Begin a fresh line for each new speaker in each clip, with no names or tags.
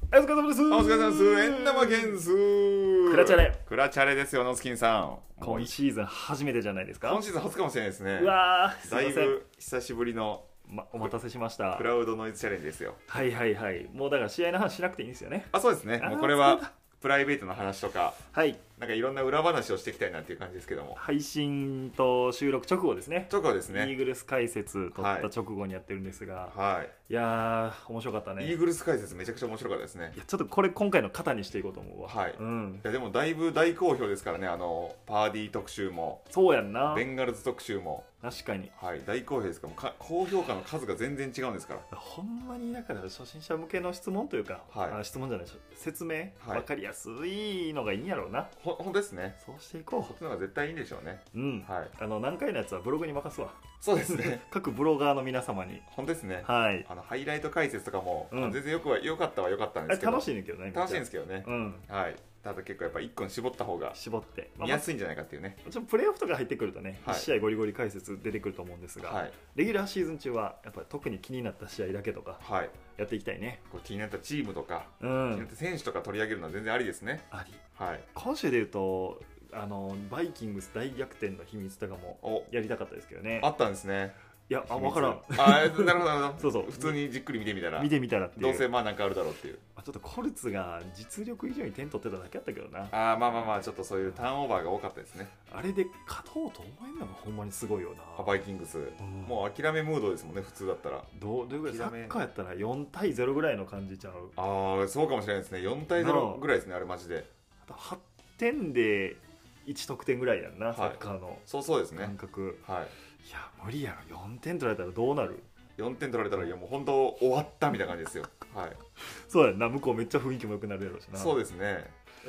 お疲れ様です
お疲れ様です。縁玉健数。
クラチャレ。
クラチャレですよ、ノスキンさん。もう
今シーズン初めてじゃないですか
今シーズン初かもしれないですね。
うわーす
だ
い
い
ません、
ぶ久しぶりの
ま、お待たせしました
クラウドノイズチャレンジですよ。
はいはいはいもうだから試合の話しなくていいんですよね
あ、そうですね。
あー
もうこれ
そう
はプライベートの話とか、
はい
なんかいろんな裏話をしていきたいなっていう感じですけども。
配信と収録直後ですね
とかです
イー
ね。
グルス解説取った直後にやってるんですが、、
はい
やー面白かった
い。
ね
イーグルス解説めちゃくちゃ面白かったですね
い。やちょっとこれ今回の肩にしていこうと思うわ
はい
うん
い、や、でもだいぶ大好評ですからね、あの、パーディー特集も、
そうやんな
ベンガルズ特集も、
確かに
はい、大好評ですから、もうか高評価の数が全然違うんですから。
ほんまにだから初心者向けの質問というか、
はい
あ質問じゃない説明、
はい
分かりやすいのがいいんやろうな
ほほんとですね。
そうしていこ
そっちの方が絶対いいんでしょうね。
ううん、
はい。
あの何回のやつはブログに任すわ
そうですね。
各ブロガーの皆様に
本当ですね。
はい
あのハイライト解説とかも、
うん
全然よくは良かったは良かったんですけど、
楽しいねんけどね
楽しいんですすけどね。
うん
はい。ただ結構やっぱ一個に絞った方が
絞って、まあ
見やすいんじゃないかっていうね。
まあちょっとプレーオフとか入ってくるとね、
はい
1試合ゴリゴリ解説出てくると思うんですが、
はい。
レギュラーシーズン中はやっぱり特に気になった試合だけとか
はい。
やっていきたいね
こう気になったチームとか、
う
気になっ
ん
た選手とか取り上げるのは全然ありですね。
あり
はい。
今週でいうとあのバイキングス大逆転の秘密とかも
お、
やりたかったですけどね
あったんですね。
いやあ
秘
分
密
からん。
あ、えなるほどなるほど。
そうそう
普通にじっくり見てみたら
見、てみたらっていう
どうせまあなんかあるだろうっていう。
まあちょっとコルツが実力以上に点取ってただけやったけどなあ
あーまあまあまあちょっとそういうターンオーバーが多かったですね。
れで勝とうと思えんのがほんまにすごいよな
バイキングス。
うん
もう諦めムードですもんね、普通だったら。
どうどれぐらいサ
諦め
ッカーやったら4対0ぐらいの感じちゃう
ああそうかもしれないですね4対0ぐらいですねあれマジで
あと8点で1得点ぐらいやんな、
い
サッカーの
そうそうですね
感覚、
はい
いや無理やろ4点取られたらどうなる
4点取られたらいやもう本当終わったみたいな感じですよはい
そうやんな向こうめっちゃ雰囲気も良くなるやろうしな
そう
う
ですね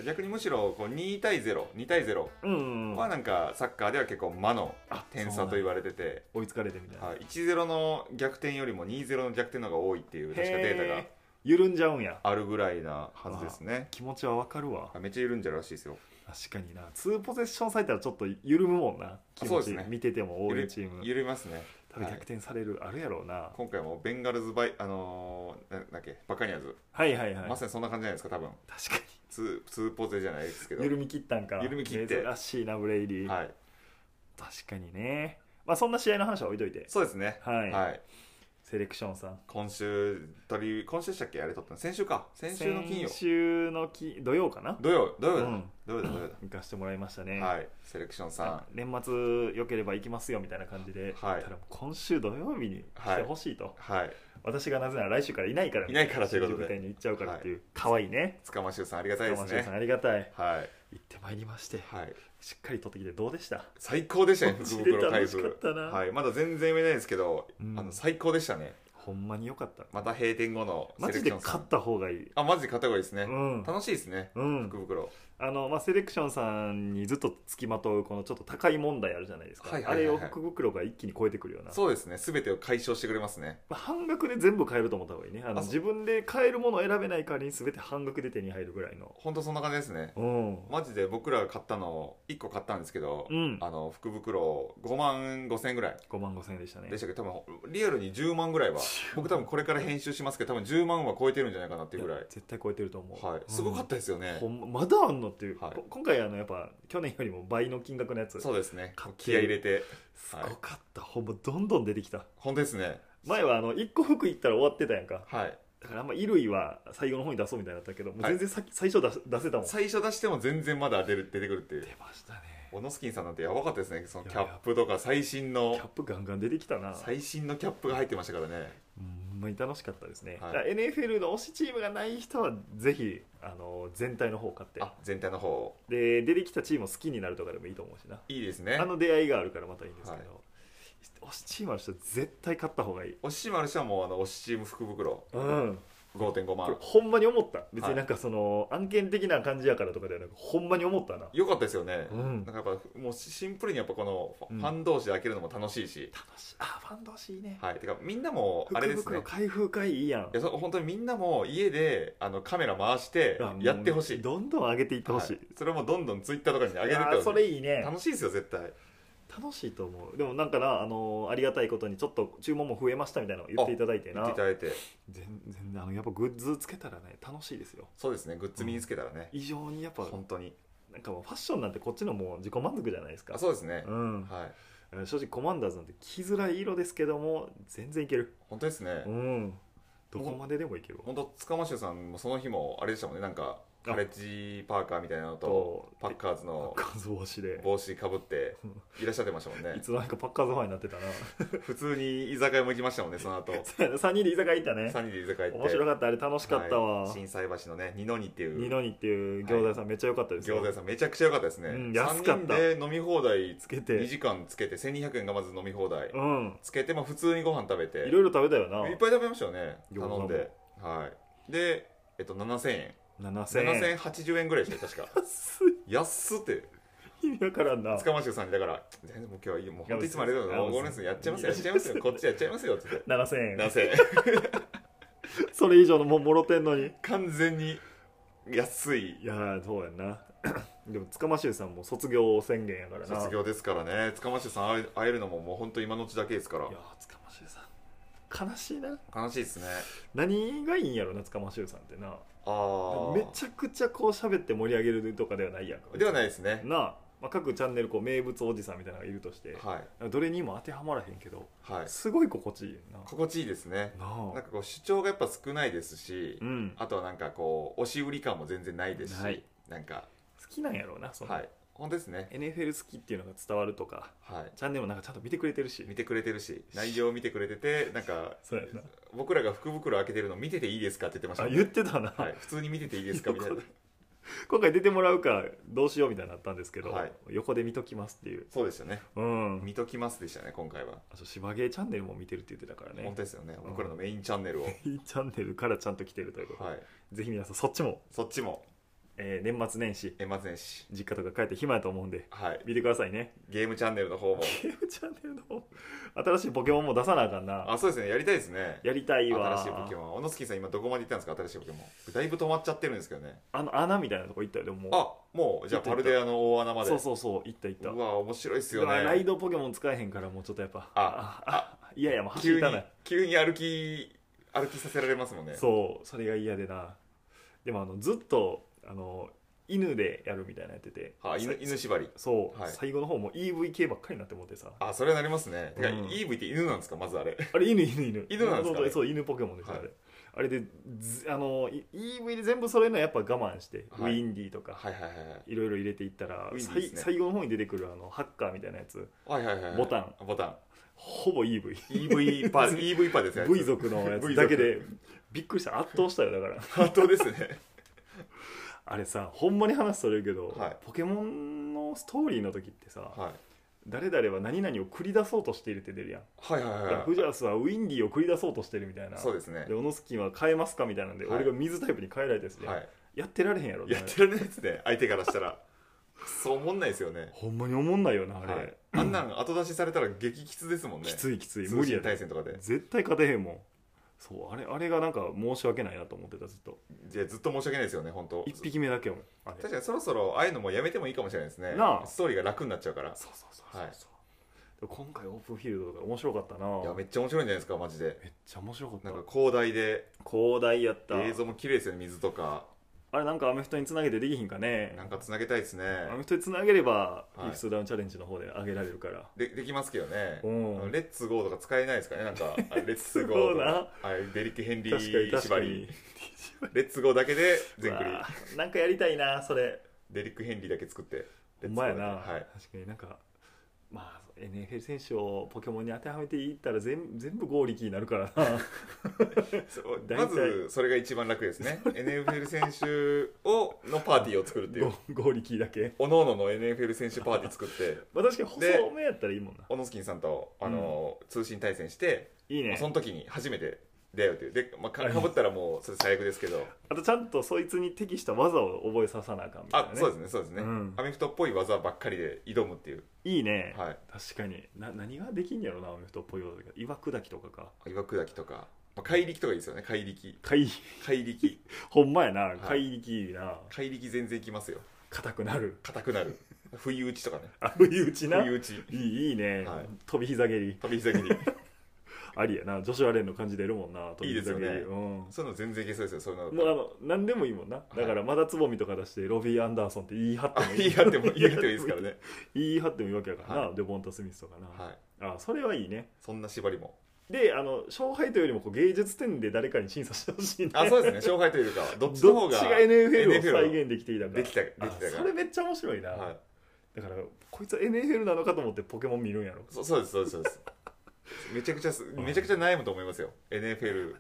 逆にむしろこう2対02対0
うん、
はなんかサッカーでは結構魔の
あ
点差と言われてて、
追いつかれてみたいな、
はい、1-0の逆転よりも2-0の逆転の方が多いっていう確かデータ
へー緩んじゃうんや
があるぐらいなはずですね
気持ちは分かるわ
めっちゃ緩んじゃうらしいですよ
確かにな2ポゼッションされたらちょっと緩むもんな気
そう
持
で
ち、
すね
見てても応援チーム
緩みますね
多分逆転される、あるやろうな
今回もベンガルズバイあのー、なんだっけバカニアズ、
はいはいはい
まさにそんな感じじゃないですか多分
確か
ツーツーポゼじゃないですけ ど
に緩み切ったんか
緩み切って
珍しいなブレイリー、
はい、
確かにねまあそんな試合の話は置いといて
そうですね、
はい、
はい、
セレクションさん
今週取り今週でしたっけあれ取ったの先週か先週の金曜
先週のき土曜かな
土曜土曜だ、
うん
土曜だ土曜
行かしてもらいましたね、
だ、はいセレクションさ
年末よければ行きますよみたいな感じで、
はい
ただ今週土曜日に来てほしいと、
んはい
私がなぜなら来週からいないから
いないからということで
新宿店に行っちゃうからっていう、可愛いね
塚間修さんありがたいで
山
す
下さん
ね
ありがたい
はい
行ってまいりまして
はい
しっかり取ってきてどうでした
最高でした ね
マ
福
ジで
袋開
楽しかっ
封
たな
はいまだ全然言えないですけど、
うん
あの最高でしたね
ほんまによかった
また閉店後の
マ
セレ
ジ
ク
で
ションさ
勝っ
ん
た方がいい
あマジで買った方がいいですね、
うん
楽しいですね
うん
福袋
あのまあ、セレクションさんにずっとつきまとうこのちょっと高い問題あるじゃないですか、
はいはいはいはい
あれを福袋が一気に超えてくるような
そうですね全てを解消してくれますね
まあ半額で全部買えると思った方がいいねあの
あそう
自分で買えるものを選べない代わりに全て半額で手に入るぐらいの
本当そんな感じですね
うん、
マジで僕らが買ったの1個買ったんですけど、
うん、
あの福袋5万5千円ぐらい
5万5千円でしたね
でしたけど多分リアルに10万ぐらいは僕多分これから編集しますけど多分10万は超えてるんじゃないかなっていうぐらい
や絶対超えてると思う、、
はい、すごかったたですよね
ほ、んままだあんのっていう、
はい
こ今回あのやっぱ去年よりも倍の金額のやつす
そうですね
買って
気合い入れて
ごかった、ほんまどんどん出てきた
本当ですね
前はあの1個服いったら終わってたやんか
はい
だからあんま衣類は最後の方に出そうみたいになったけどもう
はい
全然さ、最初出し出せたもん
最初出しても全然まだ出る出てくるっていう
出ましたね
オノスキンさんなんてやばかったですねその
い
キ
や
ャップとか最新
キ
の
ャップガンガン出てきたな
最新のキャップが入ってましたからね
ほんまに楽しかったですね、
はい
だから NFL の推しチームがない人はぜひあの全体の方を買って
あ全体の方
で出てきたチームを好きになるとかでもいいと思うしない
いですね
あの出会いがあるからまたいいんですけど、推しチームの人は絶対買った方がいい
おししもある人はもうあのおしチーム福袋
うん、こ
5.5
れ
万
ほんまに思った別
は
に
い
なんかその、案件的な感じやからとかではなくほんまに思ったな
良かったですよね、
うん
なんかやっぱもうシンプルにやっぱこのファ
うん
ファン同士で開けるのも楽しいし、
楽しいあファン同士いいね
はいてかみんなもあれですね
福袋開封会いいやん
いやそう本当にみんなも家であのカメラ回して
あもう
やってほしい
どんどん上げていってほしい、
はいそれもどんどんツイッターとかに上げてって
あ
ほしい
ーそれいいね
楽しいですよ絶対
楽しいと思うでもなんかなあのありがたいことにちょっと注文も増えましたみたいなのを言っていただいて
言っ
な
ていただいて
全然あのやっぱグッズつけたらね楽しいですよ
そうですねグッズ身につけたらね、
異常にやっぱ
本当に
なんかもうファッションなんてこっちのもう自己満足じゃないですか
あそうですね、
うん、
はい
正直コマンダーズなんて着づらい色ですけども全然いける
本当ですね、
うんどこまででもいけるわ
本当塚間修さんもその日もあれでしたもんねなんか
あ
カレッジパーカーみたいなのと
と
パッカーズ
パッ
の
カーズ帽子で
帽子かぶっていらっしゃってましたもんね
いつの間にかパッカーズファンになってたな
普通に居酒屋も行きましたもんねその後
3人で居酒屋行ったね
3人で居酒屋行って
面白かったあれ楽しかったわ、
はい、震災橋のね二の二ってい
二
う
の二っていう餃子屋さんめっちゃ良かったです
餃子屋
ん
さんめちゃくちゃ良かったですね、
うん
三
安かった
人で飲み放題
つけ
2
て
時間つけて1200円がまず飲み放題
うん
つけて、まあ、普通にご飯食べて
いろいろ食べたよない
っぱい食べましたよね
餃子も
頼んではいで、えっと、7000円
7000円
7080円ぐらいでしたよ確か
安い
安っって
意味わからんな
塚間修さんにだから「全然もう今日はいいよもう本当いつもありがとうございますゴールデンウィークやっちゃいますよやっちゃいますよこっちやっちゃいますよ」って 言って
7000円
7000円
それ以上のもんもろてんのに
完全に安い
いやーそうやんなでも塚間修さんも卒業宣言やからな
卒業ですからね塚間修さん会え会えるのももう本当今のうちだけですから
いやー塚間修さん悲しいな
悲しいですね
何がいいんやろな塚間修さんってな
ああ
めちゃくちゃこう喋って盛り上げるとかではないやんか
ではないですね
なあ、まあ、各チャンネルこう名物おじさんみたいなのがいるとして
はい
どれにも当てはまらへんけど
はい
すごい心地いいよな
心地いいですね
な
な
あ
んかこう主張がやっぱ少ないですし
うん
あとはなんかこう押し売り感も全然ないですし
ない
なんか
好きなんやろうなその、
はい本当ですね
NFL 好きっていうのが伝わるとか
はい
チャンネルもなんかちゃんと見てくれてるし
見てくれてるし内容を見てくれててなんか
そうやな
僕らが福袋開けてるの見てていいですかって言ってました
あ
もん
言ってたな、
はい普通に見てていいですかみ たいな
今回出てもらうかどうしようみたいになったんですけど、
はい
横で見ときますっていう
そうでしたね
うん
見ときますでしたね今回は
あと芝芸チャンネルも見てるって言ってたからね
本当ですよね
うん
僕らのメインチャンネルを
いいチャンネルからちゃんと来てるということで、
はい
ぜひ皆さんそっちも、
そっちも
えー年末年始
年末年始
実家とか帰って暇やと思うんで
はい
見てくださいね
ゲームチャンネルの方も
ゲームチャンネルの新しいポケモンも出さなあかんな
あそうですねやりたいですね
やりたいわ
新しいポケモン小野月さん今どこまで行ったんですか新しいポケモンだいぶ止まっちゃってるんですけどね
あの穴みたいなとこ行ったよでももう
あもうじゃあ
行った行
パル
った
デアの大穴まで
そうそうそう行った行った
うわ面白いっすよ
うわライ
ね
ドポケモン使えへんからもうちょっとやっぱ
あ
ああいやいやもう走
急
りたな
に
い
急に歩き歩きさせられますもんね
そうそれが嫌でなでもあのずっとあの犬でやるみたいなのやってて、
は犬犬縛り
そう、
はい
最後の方も EV 系ばっかりになって思ってさあ
あそれはなりますねてか
うん
EV って犬なんですかまずあ
れ
れ
犬犬犬
犬なんですかね
そうそう犬ポケモンです、
はい
あれあれでずあのい EV で全部それのやっぱ我慢して、
はい
ウィンディーとか、
はいはいはい
いろいろ入れていったら、
ウィンディーで
最
すね
最後の方に出てくるあのハッカーみたいなやつ
はいはいはいはい
ボタン
ンボタン
ほぼ EV
EV パー EV パーですね
V 族のやつだけでびっくりした圧倒したよだから
本当ですね
あれさほんまに話それるけど、
はい
ポケモンのストーリーの時ってさ、
はい
誰々は何々を繰り出そうとしているって出るやん、
はいはい
だから
は
フジャースはウィンディーを繰り出そうとしてるみたいない
そうですね
でオノスキンは変えますかみたいなんで、
はい
俺が水タイプに変えられたやつで、
はい
やってられへんやろ
やってられないですね相手からしたらそう思んないですよね
ほんまに思んないよなあれ、
はい、あんなん後出しされたら激きつですもんね
きついきつい
無
無
理
理
や
や
対
で
戦とかで
絶対勝てへんもんそうあれあれがなんか申し訳ないなと思ってたずっと
いやずっと申し訳ないですよね本当
一匹目だけやもんあれ
確かにそろそろああいうのもやめてもいいかもしれないですね
なあ
ストーリーが楽になっちゃうから
そうそうそうそうそう、でも今回オープンフィールドとか面白かったない
や
め
めっちゃ面白いんじゃないですかマジで
っちゃ面白かった
なんか広大で
広大やった
映像も綺麗ですよね水とか
あれなんかアメフトにつなげてできひんかね
なんかつなげたいですね
アメフトにつなげれば、
はい
イフスダウンチャレンジの方で上げられるから
でできますけどね
うん
あのレッツゴーとか使えないですかねな んかあレッツゴーとかあデリック・ヘンリ
確かに
ー
確か
縛り
に
レッツゴーだけで全クリ
うわーなんかやりたいなそれ
デリック・ヘンリーだけ作って
ほんまやな、
レッツゴーだけはい
確かになんかまあ NFL 選手をポケモンに当てはめていったら全全部合力になるからな
そう
大体
まずそれが一番楽です ね NFL 選手をのパーティーを作るっていう
合力だけ
おのおのの NFL 選手パーティー作 って
まあ確かに
で
細めやったらいいもんな
小野スキンさんと、あの通信対戦して、
いい
まあ
ね
その時に初めて出会うというで、まあ、かかぶったらもうそれ最悪ですけど
あとちゃんとそいつに適した技を覚えささなあかんみたいな、
あ
ね、
そうですねそうですね、
うん
アメフトっぽい技ばっかりで挑むっていう
いいね、
はい
確かにな何ができんやろなアメフトっぽい技だけど岩砕きとかか
岩砕きとか、まあ、怪力とかいいですよね怪 力
怪
怪力
ほんまやな、
い
怪力いいな
怪力全然いきますよ
硬くなる
硬くなる不意打ちとかね
あ不意打ちな
不意
い
打ち
いいいね、
はい
飛び膝蹴り
飛び膝蹴り
ありやな女子アレンの感じ出るもんな飛び膝蹴り
いいですよ
うん
そういうの全然いけそうですよそういうのだ
も
と
うあの何でもいいもんな、だからまだつぼみとか出してロビー・アンダーソンって言い張って
あ
もいい
言い張っても言い張ってもいいですからね
言い張ってもいいわけやからな、
は
デボンタ・スミスとかな、
はい
あそれはいいね
そんな縛りも
であの勝敗というよりもこう芸術点で誰かに審査してほしいね
あそうですね勝敗というか どっちの
ど
方
っち
が
が NFL を
NFL
再現できていたか
できたできたか
あそれめっちゃ面白いな、
はい
だからこいつは NFL なのかと思ってポケモン見るんやろ
そそうですそうですそうですめちゃくちゃすめちゃくちゃ悩むと思いますよ NFL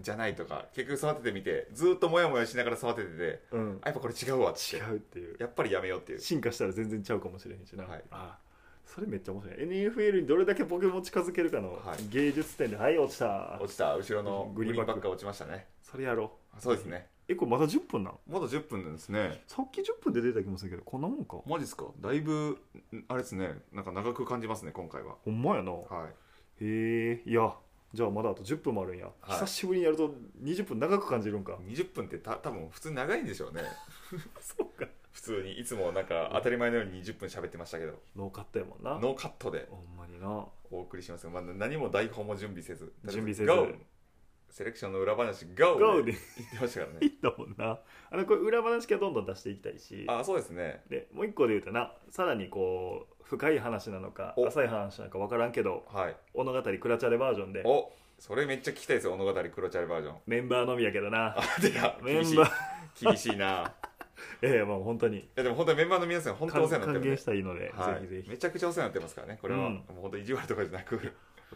じゃないとか結局触っててみてずーっとモヤモヤしながら触っててて
うん
あやっぱこれ違うわっ
違
て
うっていう
やっぱりやめようっていう
進化したら全然ちゃうかもしれへんしな、
はい
あそれめっちゃ面白い NFL にどれだけポケモン近づけるかの
はい
芸術点で「はい落ちた
落ちた後ろの
グ
グ
リ
リ
ー
ー
ン
ン
バ
バ
ック
ックが落ちましたね
それやろ
そうですね
うえこれまだ10分なん
まだ10分なんですね
さっき10分で出てた気もするけどこんなもんか
マジですかだいぶんあれですねなんか長く感じますね今回は
ほんまやな
はい
へえいやじゃあまだあと10分もあるんや、
はい
久しぶりにやると20分長く感じるんか
20分ってた多分普通長いんでしょうね
そうか
普通にいつもなんか当たり前のように20分喋ってましたけど
ノーカットやもんな
ノーカットで
ほんまにな
お送りしますが、まあ、何も台本も準備せず
準備せず
GO! セレクションの裏話 GO!
GO
で
で
言ってましたから
いい
ね
だもんなあのこれ裏話からどんどん出していきたいし
あそうですね
でもう一個で言うとなさらにこう深い話なのか
お
浅い話なのか分からんけど
はい
物語クラチャレバージョンで
おそれめっちゃ聞きたいですよ物語黒チャレバージョン
メンバーのみやけどな
あ でや
メ
厳し
ン
い
バー
厳しいない
ええまあ本当に
やでも本当にメンバーの皆さん本当にお世話にな
還
ってる
元
ん
し
で
たいので、
はい
ぜひぜひ
めちゃくちゃお世話になってますからねこれは、
うん
もう本当意地悪とかじゃなく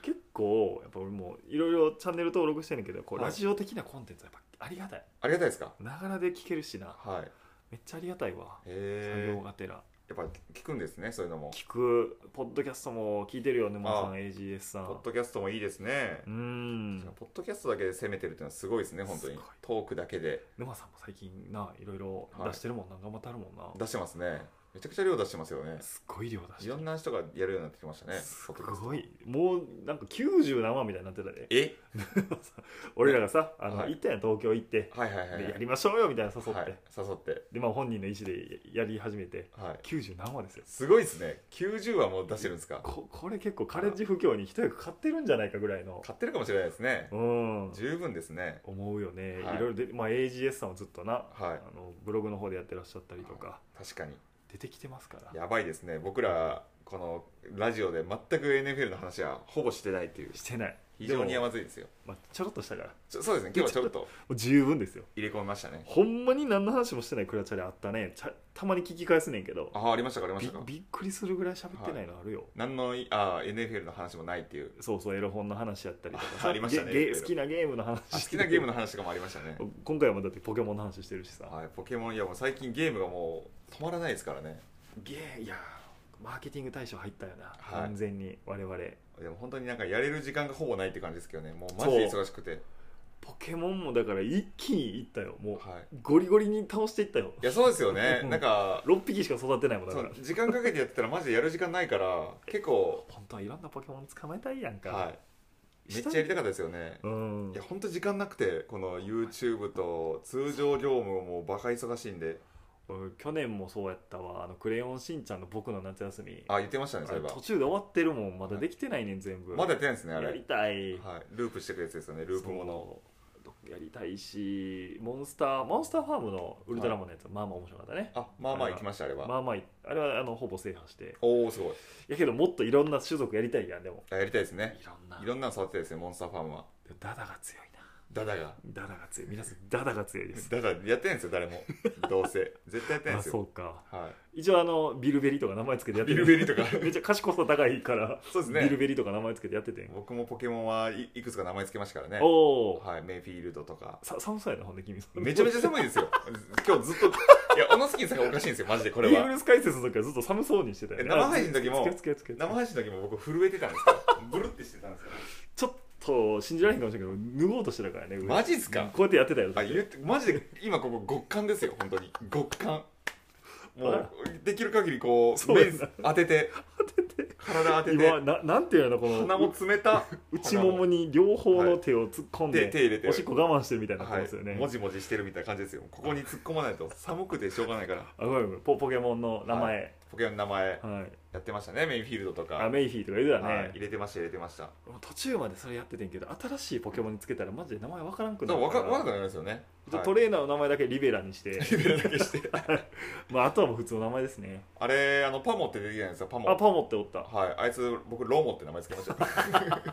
結構やっぱ俺もいろいろチャンネル登録してんねんけどこう
は
ラ
い
ジオ的なコンテンツはやっぱありがたい
ありがたいですか
ながらで聞けるしな
はい
めっちゃありがたいわ
へ
作業
え
がてら
やっぱ聞くんですねそういうのも
聞くポッドキャストも聞いてるよ沼さん
あ
AGS さん
ポッドキャストもいいですね
うーん
ポッドキャストだけで攻めてるってのはすごいですね本当に
すごい
トークだけで
沼さんも最近ないろいろ
はい
出してるもんな、頑張ってあるもんな
出してますねめちゃくちゃ量出してますよね
すっごい量出
い
して
ろ
る
んな人がやるようになってきましたね
す
ポッドキャスト
ごいもうなんか90何万みたいになってたで
え
俺らがさあの、
はい
行ったやん東京行って、
はいはいはい
でやりましょうよみたいな誘って、
はい誘って
でまあ本人の意思でややり始めて
はい
90何話ですよ
すごいですね90はもう出してるんですか
ここれ結構カレッジ不況に一役買ってるんじゃないかぐらいの
買ってるかもしれないですね
うん
十分ですね
思うよね、
はい
い、ろいろで、まあ、AGS さんはずっとな、
は
あ
い
のブログの方でやってらっしゃったりとか、
確かに
出てきてますから
やばいですね僕らこのラジオで全く NFL の話はほぼしてないっていう
してない
非常に
で
や
も、
まずいですよ
まあ、ちょろっとしたからも
ちょそうですね今日はちょっと
う十分ですよ
入れ込みましたね
ほんまに何の話もしてないクラチャレあったねちゃたまに聞き返すねんけど
ああありましたかありまし
び
たか
びっくりするぐらい喋ってないのあるよ、
何のいあー NFL の話もないっていう
そうそうエロ本の話やったりとか
あ
さ
ありましたね
ゲゲ
いろいろ
好きなゲームの話
あ好きなゲー
の
ムの話とかもありましたね
今回もだってポケモンの話してるしさ
はいポケモンいやもう最近ゲームがもう止まらないですからね
ゲーいやーマーケティング大賞入ったよな、
はい
完全に我々
でも本当になんかやれる時間がほぼないって感じですけどねもうマジで忙しくて
ポケモンもだから一気にいったよもう、
はい
ゴリゴリに倒していったよ
いやそうですよねなんか
6匹しか育てないもんだ
そ
から
う時間かけてやってたらマジでやる時間ないから結構
本当はいろんなポケモン捕まえたいやんか、
はいめっちゃやりたかったですよね
うん
いや本当時間なくてこの YouTube と通常業務もバカ忙しいんで
俺去年もそうやったわ「あのクレヨンしんちゃん」の僕の夏休み
あ言ってましたね
あ
そうい
れ
えば
途中で終わってるもんまだできてないねん全部
まだやってないんですねあれ
やりたい、
はい、ループしてくるやつですよねループもの
そうやりたいしモンスターモンスターファームのウルトラマンのやつ、まあまあ面白かったね
あまあまあ行きましたあれは、
まあまああれはあのほぼ制覇して
おおすごい
やけどもっといろんな種族やりたいやんでも
あやりたいですね
いろんない
ろんなの触ってたいですねモンスターファームは
ダダが強いな
ダダが
ダダが強い皆さんダダが強いです
ダダやってないんですよ誰もどうせ絶対やってないん
あ
です
そ
よ
うか
は
一応あのビルベリーとか名前つけてや
い
って
ビ
る
ルベリーとか
めっちゃ賢さ高いから、
そうです
ビル
ね
ベリーとか名前つけてやっててん、
僕もポケモンはいいくつか名前つけましたからね
おお、
はいメイフィールドとか
さ寒そうやなほんで君
めちゃめちゃ
寒い
寒いですよ今日ずっといや小野スキンさんがおかしいんですよマジでこ
こ
れ
イーグ
は
ルス解説の時はずっと寒そうにしてたよ、ね、
え生配信の時も
つけつけつけつけ
生配信の時も僕震えてたんですよブルってしてたんですよ
ちょっと信じられへんかもしれないけど脱ごうとしてたからね上
マジっすか
こうやってやってたよ
あ言ってマジで今ここ極寒ですよ本当に極寒もうできる限りこう
そうや
目
な
当てて体当て
今
て
ななんていうのこの
鼻も冷た
う内ももに両方の手を突っ込んで、
はい手手入れて
おしっこ我慢してるみたいになって
は
ますよね、
いもじもじしてるみたいな感じですよここに突っ込まないと寒くてしょうがないから
あごめんごめんポポケモンの名前、
ポケモンの名前
はい、
やってましたねメインフィールドとか
アメイフィーとか言うてた
はい
ね
入れてました入れてました
もう途中までそれやっててんけど新しいポケモンにつけたらマジで名前わからんく
だか
なる
ら分か分からなくなりますよね
ちょ
はい
トレーナーの名前だけリベラにして、
リベラだけして
まあ、あとはもう普通の名前ですね
あれあのパモって出てきたじゃないですかパモ
あパモっておった
はいあいつ僕ロモって名前つけ ましたよ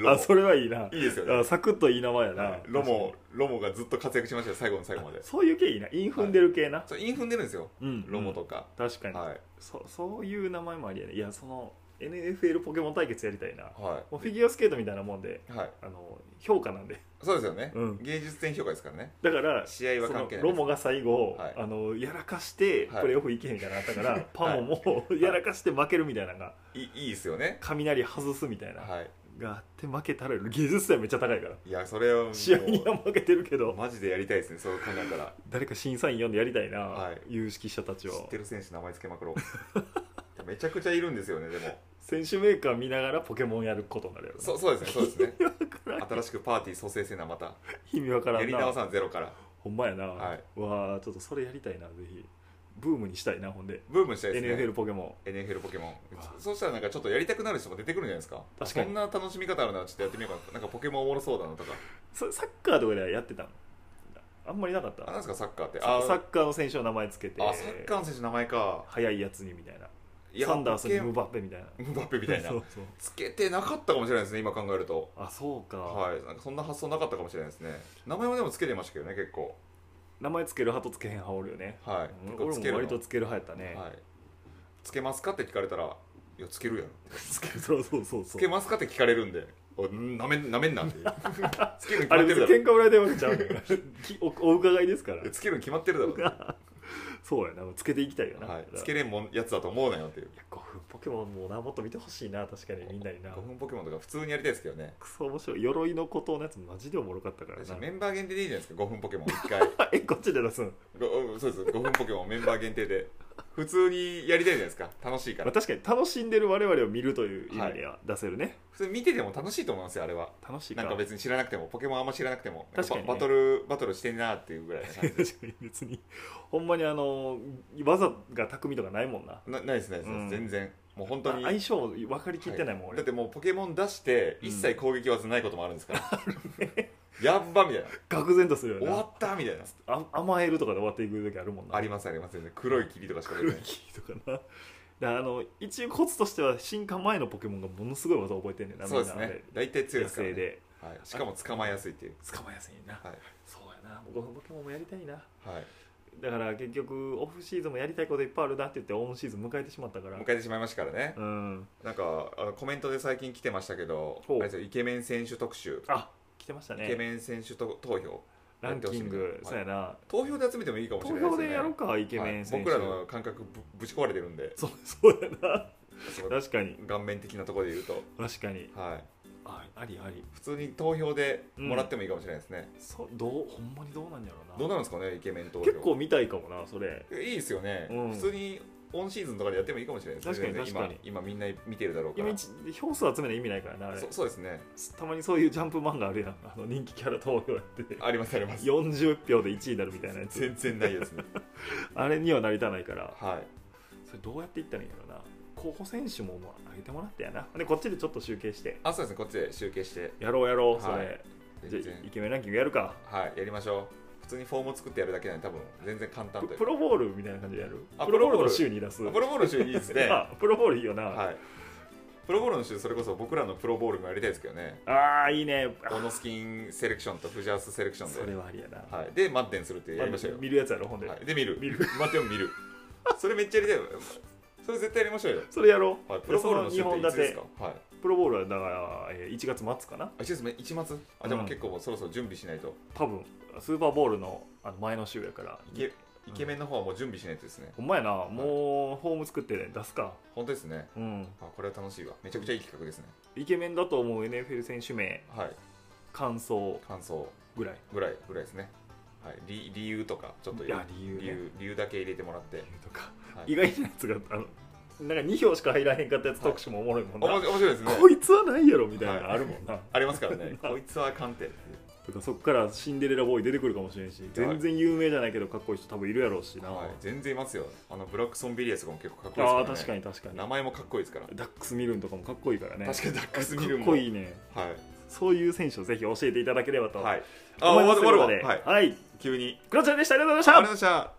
ロ
あ
モ
それはいいない
いですよね
あサクッといい名前やな、
はいロモロモがずっと活躍しましたよ最後の最後まで
そういう系いいなイン踏んでる系な、
そうインフン出るんですよ
うん
ロモとか、
確かに、
はい
そそういう名前もありやねいやその NFL ポケモン対決やりたいなも
は
うフィギュアスケートみたいなもんで
い、はい、
あの評価なんで
そうですよね、
うん
芸術点評価ですからね
だから
試合は
そ
関
の
係ない
ロモが最後、
はい
あのやらかして
はい
プレーオフ行けへんみたいなのあったから、パモもやらかして負けるみたいなのが
いいいですよね
雷外すみたいなの
は
があって負けたら技術点めっちゃ高いから
いいやそれを
試合には負けてるけど
マジでやりたいですねそう考えたら
誰か審査員呼んでやりたいな、
はい
有識者たち
知
を
ってる選手名前つけまくろう めちゃくちゃいるんですよねで も
選手メーカー見ながらポケモンやることになるやろな
そうそうですねそうですね
からん
新しくパーティー創生せなまた
意味わから
や
ん
り直
な
さんゼロから
ほんまやな、
はい
わあちょっとそれやりたいなぜひブームにしたいなほんで
ブームしたいですね
NFL ポケモ
NFL ポケモン
うわ
そうしたらなんかちょっとやりたくなる人も出てくるんじゃないですか
確かに
こんな楽しみ方あるならちょっとやってみようかななんかポケモンおもろそうだなとか
ンそサッカーとかではやってたのあんまりなかった
あなんですかサッカーって
サ
あ
サッカーの選手の名前つけて
あサッカーの選手の名前か
速いやつにみたいない
や
サンダースに
ポケ
ムバッペみたいな
ムバッペみたいな
そうそう
つけてなかったかもしれないですね今考えると
あそうか、
はいなんかそんな発想なかったかもしれないですね名前もでもつけてましたけどね結構
名前つける派とつけへん派おるよね
はい
うん
結構
俺
つける
も
の
割とつける派やったね、
はい、つけますかって聞かれたら「いやつけるやろ」
つけそうそうそう
つ
そう
けますかって聞かれるんで「おなめんなめんな」って つけるに決
あ
ま
れ
っ
別に
てるだ
喧嘩売られてるわけちゃうから きおお伺いですから
ろつけるに決まってるだろ
そうやなつけていきたいよな、
はい、
だ
つ
から
けれんもんやつだと思うなよっていう
いや5分ポケモンもなもっと見てほしいな確かにみんなにな
5分ポケモンとか普通にやりたいですけどね
クソ面白い鎧のことのやつマジでおもろかったから
私
な
メンバー限定でいいじゃないですか5分ポケモン1回
えこっちで出すん、
ごそうです5分ポケモンメンバー限定で普通にやりたいじゃないですか楽しいか
まあ、
ら
確かに楽しんでる我々を見るという意味では出せるね、
普通に見てても楽しいと思いますよあれは
楽しいか
なんか別に知らなくてもポケモンあんま知らなくても
確かにね
ババトルバトルしてんなっていうぐらいの 感じで
確かに別にほんまにあの技が巧みとかないもんな
なないですないです、
うん
全然もう本当に
相性も分かりきってないもん、
はい
俺
だってもうポケモン出して
うん
一切攻撃技ないこともある んですから、やっばみたいな
愕然とするよ
終わ
な
ったみたいな
あ甘えるとかで終わっていく時あるもんな
ありますあります全然黒い霧とかしか出て
黒
ない
い木とかなだからあの一応コツとしては進化前のポケモンがものすごい技を覚えてんねんな
そうです
みんなあれ
ね大体強い
野
ですから、
生
ね
で
はい、しかも捕まえやすいっていう
捕まえやすいねんな、
はい、
そうやな僕のポケモンもやりたいな
はい、
だから結局オフシーズンもやりたいこといっぱいあるなって言ってオンシーズン迎えてしまったから
迎えてしまいましたからね、
うん
なんかあのコメントで最近来てましたけど
ほう
あれですよイケメン選手特集、
あ来てました
イケ
ね
メン選手と投票
ランキング
やってほしいんで
そうやな
投票で集めてもいいかもしれ
投
ないですね
票でやろうかイケメン選手
はい僕らの感覚ぶぶち壊れてるんで
そうそうやな
その
確かに
顔面的なところで言うと、
確かに
はい、
あありあり
普通に投票でもらってもいいかもしれないですね、
そうどうほんまにどうなんやろうな
どうなんですかねイケメン投票
結構見たいかもなそれ
いいですよね、
うん
普通にオンシーズンとかでやってもいいかもしれないですね
確かに
全然
確かに
今今みんな見てるだろうか
今
ら
一票数集めない意味ないからなあれ
そそうですね
たまにそういうジャンプ漫画あるやんあの人気キャラ投票やってて
ありますあります
40票で1位になるみたいなやつ
全然ないですね
あれにはなりたないから
はい
それどうやっていったらいいんやろな候補選手ももう上げてもらってやなでこっちでちょっと集計して
あそうですねこっちで集計して
やろうやろうそれ、
はい
じゃ
全
あイ
然
ケメンランキングやるか
はいやりましょう普通にフォーム作ってやるだけなんで多分全然簡単と
プ
いう
プロボールみたいな感じでやる
あ
プロボー
プ
ル
ロボー
の
ル
週に出す
あプロボールの週 いいですね
あプロボールいいよな、
はいプロボールの週それこそ僕らのプロボールもやりたいですけどね
ああいいねあ
オノスキンセレクションとフジャースセレクショ
そ
ンで
れ、はありやな、
はい、でマッデンするってやりましょうよ
見るやつやろほんで、
はい、で見る
見る
待っても見るそれめっちゃやりたいよそれ絶対やりましょうよ、
それやろう、
はい、プロボールの
日
週って
本
いつ
立
です
て
かはい
プロボールはだから、えー1月末かな
あ一月目一末あじゃあもううん結構もうそろそろ準備しないと、
多分スーパーボールのあの前の週やから
イケイケメンの方はもう準備しないとですね
ほんまやなもうフォーム作って、ね、出すか
本当ですね
うん
あこれは楽しいわめちゃくちゃいい企画ですね
イケメンだと思う NFL 選手名
はい
感想
感想
ぐらい
ぐらいぐらいですね、はい、理理由とかちょっと
いや理由ね
理由理由だけ入れてもらって、
とか
はい
意外なやつがあのなんか2票しか入らへんかったやつ特集もおもろいもんな、
おも面白いですね
こいつはないやろみたいなのあるもんな、
ありますからねこいつは鑑定
とかそこからシンデレラボーイ出てくるかもしれんし全然有名じゃないけどかっこいい人多分いるやろうしな、
はい、全然いますよあのブラックソンビリアスとかも結構かっこいい
ああ
です
確
か
から
ね
に確かに
名前もかっこいいですから、
ダックスミルンとかもかっこいいからね
確かにダックスミル
か
も
っこいいね
はい
そういう選手をぜひ教えていただければと、
はいあ
思い
終
ま
わ
す
終わるわ
ということ
はい
ではい、
急に
クロちゃんでしたありがとうございました
ありがとうございました